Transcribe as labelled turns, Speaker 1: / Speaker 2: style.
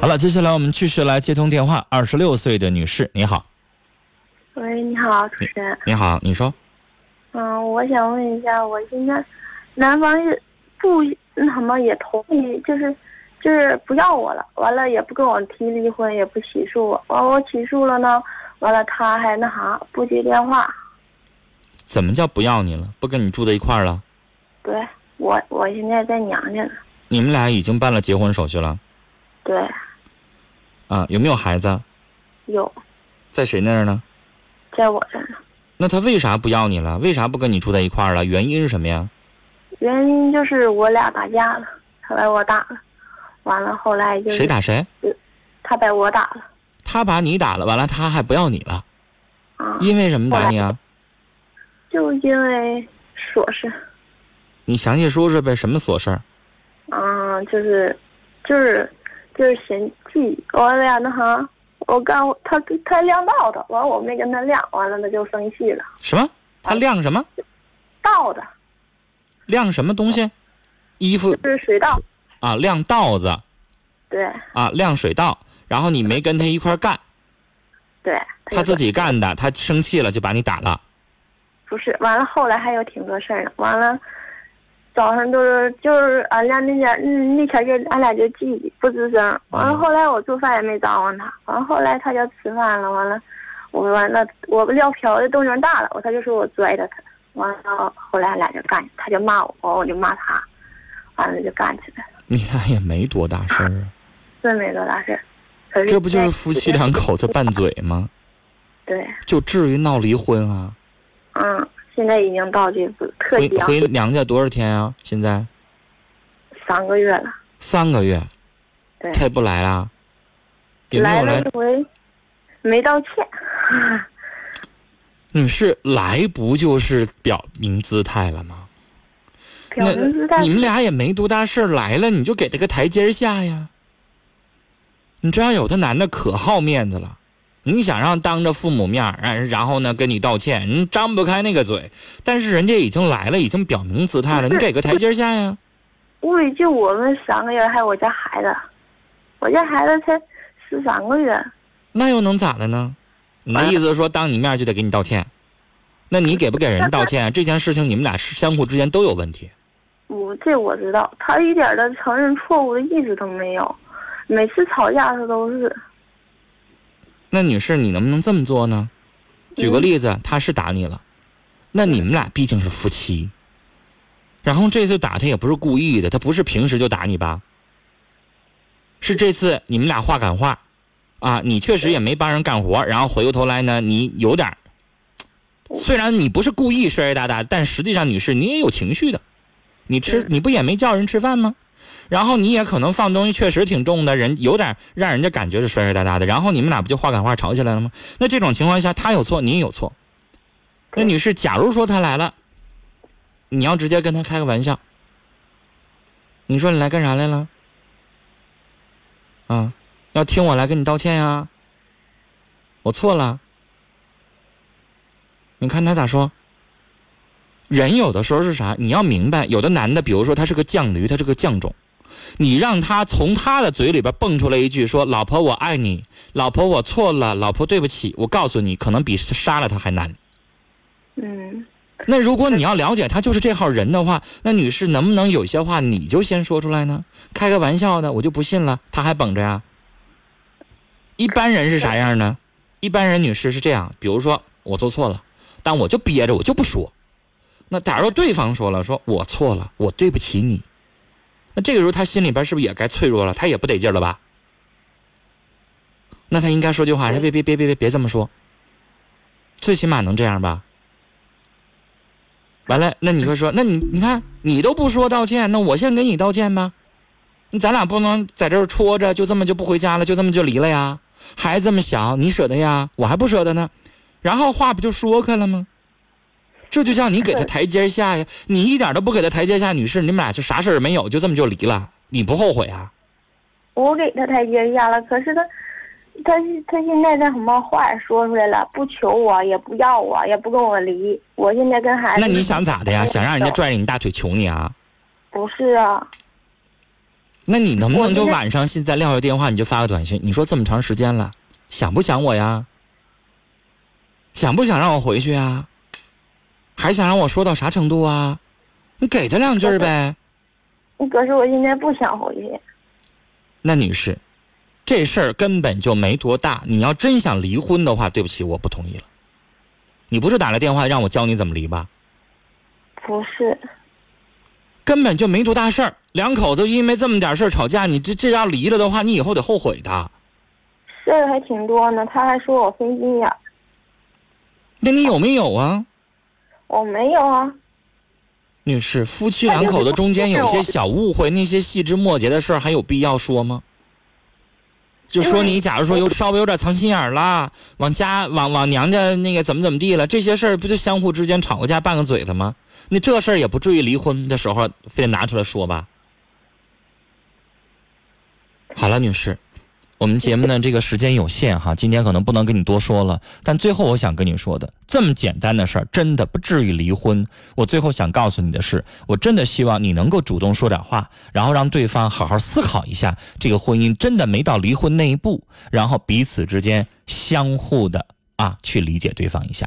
Speaker 1: 好了，接下来我们继续来接通电话。二十六岁的女士，你好，
Speaker 2: 喂，你好，主持人。
Speaker 1: 你好，你说，
Speaker 2: 嗯，我想问一下，我现在男方是不那什么也同意，就是就是不要我了，完了也不跟我提离婚，也不起诉我，完我起诉了呢，完了他还那啥不接电话。
Speaker 1: 怎么叫不要你了？不跟你住在一块儿了？
Speaker 2: 对我，我现在在娘家呢。
Speaker 1: 你们俩已经办了结婚手续了
Speaker 2: 对，
Speaker 1: 啊？有没有孩子？
Speaker 2: 有
Speaker 1: 在谁那儿呢？
Speaker 2: 在我这儿呢。
Speaker 1: 那他为啥不要你了？为啥不跟你住在一块儿了？原因是什么呀？
Speaker 2: 原因就是我俩打架了，他把我打了，完了后来就是
Speaker 1: 谁打谁？
Speaker 2: 他把我打了
Speaker 1: 他把你打了，完了他还不要你了，
Speaker 2: 啊，
Speaker 1: 因为什么打你啊？
Speaker 2: 就因为琐事。
Speaker 1: 你详细说说呗，什么琐事儿？
Speaker 2: 嗯，就是，就是，就是嫌弃我俩那啥，我刚他他晾稻子，完我没跟他晾，完了他就生气了，
Speaker 1: 什么？他晾什么？
Speaker 2: 稻子
Speaker 1: 晾什么东西？衣服
Speaker 2: 就是水稻，
Speaker 1: 啊，晾稻子
Speaker 2: 对
Speaker 1: 啊，晾水稻。然后你没跟他一块儿干，
Speaker 2: 对，
Speaker 1: 他
Speaker 2: 就
Speaker 1: 自己干的，他生气了就把你打了。
Speaker 2: 不是，完了后来还有挺多事儿呢，完了。早上就是就是俺俩那天嗯那天就俺俩就记不吱声，完了
Speaker 1: 嗯
Speaker 2: 后来我做饭也没招呼他，完了后来他就吃饭了，完了我完了我撂瓢子动静大了，我他就说我拽着他，完了后来俺俩就干，他就骂我，我就骂他，完了就干起来了，
Speaker 1: 你俩也没多大事儿啊，
Speaker 2: 这没多大事儿，可是
Speaker 1: 这不就是夫妻两口子拌嘴吗？
Speaker 2: 对，
Speaker 1: 就至于闹离婚啊？
Speaker 2: 嗯，现在已经到这步，特
Speaker 1: 回
Speaker 2: 级啊，
Speaker 1: 回娘家多少天啊？现在
Speaker 2: 三个月了，
Speaker 1: 三个月，
Speaker 2: 对
Speaker 1: 他也不来啦？有没
Speaker 2: 来
Speaker 1: 有
Speaker 2: 了
Speaker 1: 来
Speaker 2: 一？回没道歉。
Speaker 1: 女士，来不就是表明姿态了吗？
Speaker 2: 表明姿态
Speaker 1: 那你们俩也没多大事儿，来了你就给他个台阶儿下呀。你这样有的男的可好面子了，你想让当着父母面儿，然然后呢跟你道歉，你张不开那个嘴，但是人家已经来了，已经表明姿态了，
Speaker 2: 不
Speaker 1: 你
Speaker 2: 是
Speaker 1: 给个台阶儿下呀。
Speaker 2: 屋里就我们三个人，还有我家孩子，我家孩子才十三个月，
Speaker 1: 那又能咋的呢？你的意思是说当你面就得给你道歉？那你给不给人道歉？啊这件事情你们俩是相互之间都有问题。
Speaker 2: 我这我知道，他一点的承认错误的意识都没有，每次吵架他都是
Speaker 1: 那女士，你能不能这么做呢？举个例子，他是打你了，那你们俩毕竟是夫妻，然后这次打他也不是故意的，他不是平时就打你吧？是这次你们俩话赶话，啊，你确实也没帮人干活，然后回过头来呢，你有点儿，虽然你不是故意摔摔打打，但实际上女士你也有情绪的，你吃
Speaker 2: 是
Speaker 1: 你不也没叫人吃饭吗？然后你也可能放东西确实挺重的，人有点儿让人家感觉是摔摔打打的，然后你们俩不就话赶话吵起来了吗？那这种情况下，他有错，你也有错。那
Speaker 2: 对
Speaker 1: 女士，假如说他来了，你要直接跟他开个玩笑，你说你来干啥来了？啊，要听我来跟你道歉呀、我错了。你看他咋说？人有的时候是啥？你要明白，有的男的，比如说他是个犟驴，他是个犟种，你让他从他的嘴里边蹦出来一句说“老婆我爱你”，老婆我错了，老婆对不起，我告诉你，可能比杀了他还难。
Speaker 2: 嗯，
Speaker 1: 那如果你要了解他就是这号人的话，那女士能不能有些话你就先说出来呢？开个玩笑的，我就不信了，他还绷着呀、一般人是啥样呢？一般人女士是这样，比如说我做错了，但我就憋着，我就不说。那假如对方说了，说我错了，我对不起你，那这个时候他心里边是不是也该脆弱了？他也不得劲了吧？那他应该说句话，说别别别别别别这么说，最起码能这样吧？完了，那你会说，那你你看你都不说道歉，那我先给你道歉吧。你咱俩不能在这儿戳着，就这么就不回家了，就这么就离了呀？孩子这么小，你舍得呀？我还不舍得呢。然后话不就说开了吗？这就叫你给他
Speaker 2: 是
Speaker 1: 台阶下呀，你一点都不给他台阶下，女士，你们俩就啥事儿没有，就这么就离了，你不后悔啊？
Speaker 2: 我给他台阶下了，可是他他他现在那什么话也说出来了，不求我，也不要我，也不跟我离，我现在跟孩子
Speaker 1: 那你想咋的呀？想让人家拽着你大腿求你啊？
Speaker 2: 不是啊，
Speaker 1: 那你能不能就
Speaker 2: 我现在
Speaker 1: 晚上现在撂下电话，你就发个短信，你说这么长时间了，想不想我呀？想不想让我回去啊？还想让我说到啥程度啊？你给他两句儿呗。
Speaker 2: 可是我现在不想回去。
Speaker 1: 那女士，这事儿根本就没多大。你要真想离婚的话，对不起，我不同意了。你不是打来电话让我教你怎么离吧？
Speaker 2: 不是，
Speaker 1: 根本就没多大事儿，两口子因为这么点事儿吵架，你这这要离了的话，你以后得后悔的。
Speaker 2: 事儿还挺多呢。他还说我分心眼儿，
Speaker 1: 那你有没有啊？
Speaker 2: 我没有啊。
Speaker 1: 女士，夫妻两口子中间有些小误会，那些细枝末节的事儿还有必要说吗？就说你假如说有稍微有点藏心眼儿啦，往家往往娘家那个怎么怎么地了，这些事儿不就相互之间吵个架拌个嘴了吗？那这事儿也不至于离婚的时候非得拿出来说吧？好了，女士，我们节目呢这个时间有限哈，今天可能不能跟你多说了，但最后我想跟你说的，这么简单的事儿，真的不至于离婚。我最后想告诉你的是，我真的希望你能够主动说点话，然后让对方好好思考一下，这个婚姻真的没到离婚那一步，然后彼此之间相互的啊去理解对方一下。